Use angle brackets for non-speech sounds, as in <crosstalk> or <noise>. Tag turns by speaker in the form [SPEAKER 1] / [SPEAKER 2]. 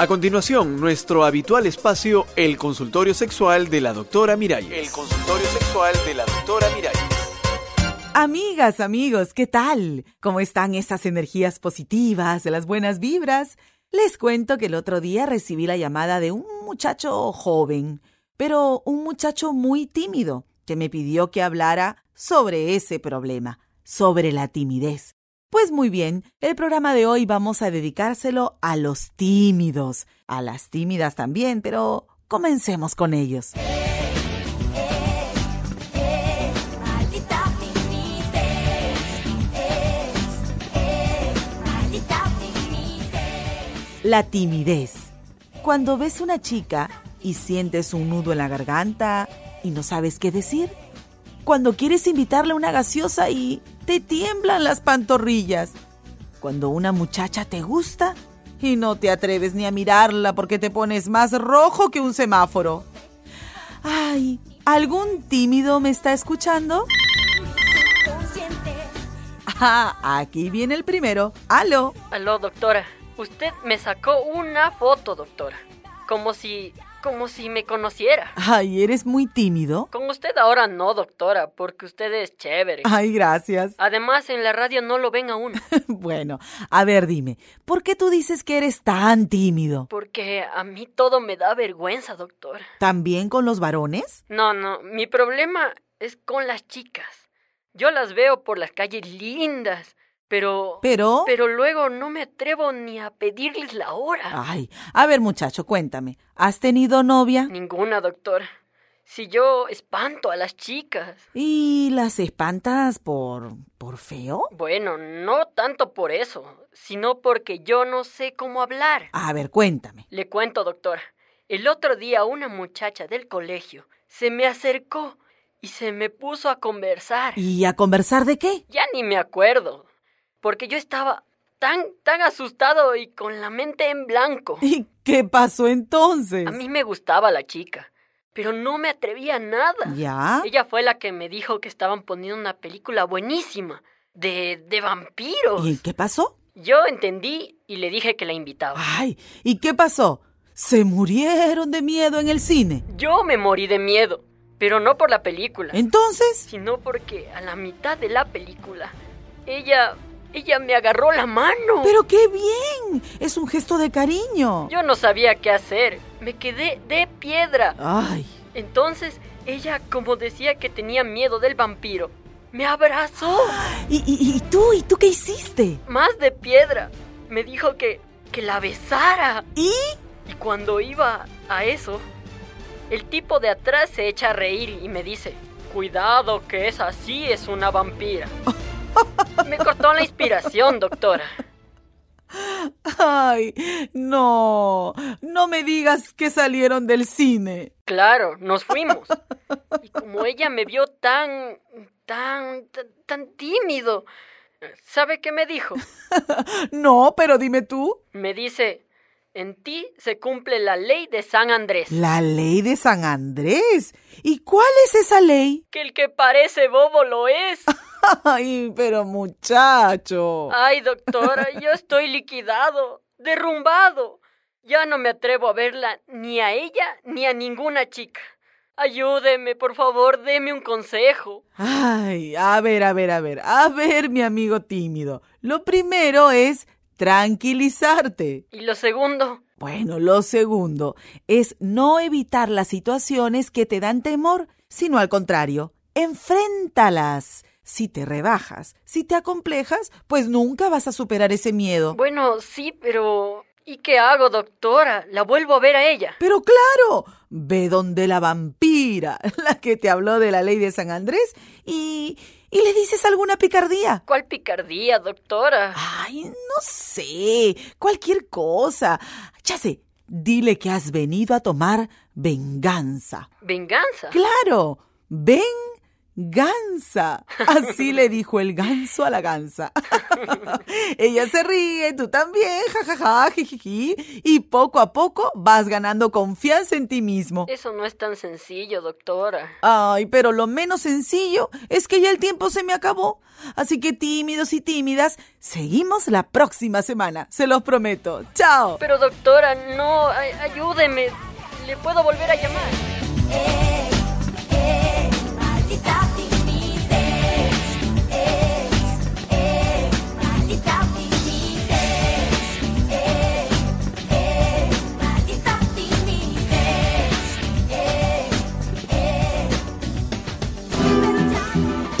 [SPEAKER 1] A continuación, nuestro habitual espacio, el consultorio sexual de la doctora Miralles. El consultorio sexual de la doctora Miralles.
[SPEAKER 2] Amigas, amigos, ¿qué tal? ¿Cómo están esas energías positivas, las buenas vibras? Les cuento que el otro día recibí la llamada de un muchacho joven, pero un muchacho muy tímido, que me pidió que hablara sobre ese problema, sobre la timidez. Pues muy bien, el programa de hoy vamos a dedicárselo a los tímidos, a las tímidas también, pero comencemos con ellos.
[SPEAKER 3] Maldita timidez, maldita timidez.
[SPEAKER 2] La timidez. Cuando ves una chica y sientes un nudo en la garganta y no sabes qué decir. Cuando quieres invitarle una gaseosa y te tiemblan las pantorrillas. Cuando una muchacha te gusta y no te atreves ni a mirarla porque te pones más rojo que un semáforo. Ay, ¿algún tímido me está escuchando? <laughs>
[SPEAKER 3] Consciente,
[SPEAKER 2] Ah, aquí viene el primero. ¡Aló!
[SPEAKER 4] Aló, doctora. Usted me sacó una foto, doctora. Como si... como si me conociera.
[SPEAKER 2] Ay, ¿eres muy tímido?
[SPEAKER 4] Con usted ahora no, doctora, porque usted es chévere.
[SPEAKER 2] Ay, gracias.
[SPEAKER 4] Además, en la radio no lo ven aún,
[SPEAKER 2] <laughs> Bueno, a ver, dime, ¿por qué tú dices que eres tan tímido?
[SPEAKER 4] porque a mí todo me da vergüenza, doctora.
[SPEAKER 2] ¿También con los varones?
[SPEAKER 4] No, no, mi problema es con las chicas. Yo las veo por las calles lindas, pero...
[SPEAKER 2] Pero...
[SPEAKER 4] Pero luego no me atrevo ni a pedirles la hora.
[SPEAKER 2] Ay, a ver muchacho, cuéntame, ¿has tenido novia?
[SPEAKER 4] Ninguna, doctora. Si yo espanto a las chicas.
[SPEAKER 2] ¿Y las espantas por... por feo?
[SPEAKER 4] Bueno, no tanto por eso, sino porque yo no sé cómo hablar.
[SPEAKER 2] A ver, cuéntame.
[SPEAKER 4] Le cuento, doctora. El otro día una muchacha del colegio se me acercó y se me puso a conversar.
[SPEAKER 2] ¿Y a conversar de qué?
[SPEAKER 4] Ya ni me acuerdo, porque yo estaba tan, tan asustado y con la mente en blanco.
[SPEAKER 2] ¿Y qué pasó entonces?
[SPEAKER 4] A mí me gustaba la chica, pero no me atrevía a nada.
[SPEAKER 2] ¿Ya?
[SPEAKER 4] Ella fue la que me dijo que estaban poniendo una película buenísima de, de vampiros.
[SPEAKER 2] ¿Y qué pasó?
[SPEAKER 4] Yo entendí y le dije que la invitaba.
[SPEAKER 2] Ay, ¿y qué pasó? Se murieron de miedo en el cine.
[SPEAKER 4] Yo me morí de miedo, pero no por la película,
[SPEAKER 2] Entonces...
[SPEAKER 4] sino porque a la mitad de la película ella ella me agarró la mano.
[SPEAKER 2] Pero qué bien, es un gesto de cariño.
[SPEAKER 4] Yo no sabía qué hacer. Me quedé de piedra.
[SPEAKER 2] Ay,
[SPEAKER 4] Entonces, ella como decía que tenía miedo del vampiro, me abrazó
[SPEAKER 2] ¿y, y, y tú? ¿Y tú qué hiciste?
[SPEAKER 4] más de piedra. Me dijo que que la besara.
[SPEAKER 2] ¿Y?
[SPEAKER 4] Y cuando iba a eso, el tipo de atrás se echa a reír y me dice, cuidado que esa sí es una vampira. Me cortó la inspiración, doctora.
[SPEAKER 2] Ay, no, no me digas que salieron del cine.
[SPEAKER 4] Claro, nos fuimos. Y como ella me vio tan, tan, tan, tan tímido, ¿sabe qué me dijo?
[SPEAKER 2] No, pero dime tú.
[SPEAKER 4] Me dice, en ti se cumple la ley de San Andrés.
[SPEAKER 2] La ley de San Andrés. ¿Y cuál es esa ley?
[SPEAKER 4] Que el que parece bobo lo es.
[SPEAKER 2] Ay, pero muchacho.
[SPEAKER 4] Ay, doctora, yo estoy liquidado, derrumbado. Ya no me atrevo a verla ni a ella ni a ninguna chica. Ayúdeme, por favor, deme un consejo.
[SPEAKER 2] Ay, a ver, a ver, a ver, a ver, mi amigo tímido. Lo primero es tranquilizarte.
[SPEAKER 4] Y lo segundo,
[SPEAKER 2] Bueno, lo segundo es no evitar las situaciones que te dan temor, sino al contrario, enfréntalas. Si te rebajas, si te acomplejas, pues nunca vas a superar ese miedo.
[SPEAKER 4] bueno, sí, pero ¿y qué hago, doctora? La vuelvo a ver a ella.
[SPEAKER 2] Pero claro, ve donde la vampira, <laughs> la que te habló de la ley de San Andrés, y, y le dices alguna picardía.
[SPEAKER 4] ¿Cuál picardía, doctora?
[SPEAKER 2] Ay, no sé, cualquier cosa. Ya sé, dile que has venido a tomar venganza.
[SPEAKER 4] Venganza.
[SPEAKER 2] Claro, ven Gansa. Así le dijo el ganso a la gansa. <laughs> Ella se ríe, tú también, jajaja, jijiji. Y poco a poco vas ganando confianza en ti mismo.
[SPEAKER 4] Eso no es tan sencillo, doctora.
[SPEAKER 2] Ay, pero lo menos sencillo es que ya el tiempo se me acabó. Así que tímidos y tímidas, seguimos la próxima semana, se los prometo. ¡Chao!
[SPEAKER 4] Pero doctora, no, ay- ayúdeme. ¿Le puedo volver a llamar?
[SPEAKER 3] Es, es, maldita timidez. Es, es, maldita timidez. Es, es, maldita timidez. Es, es.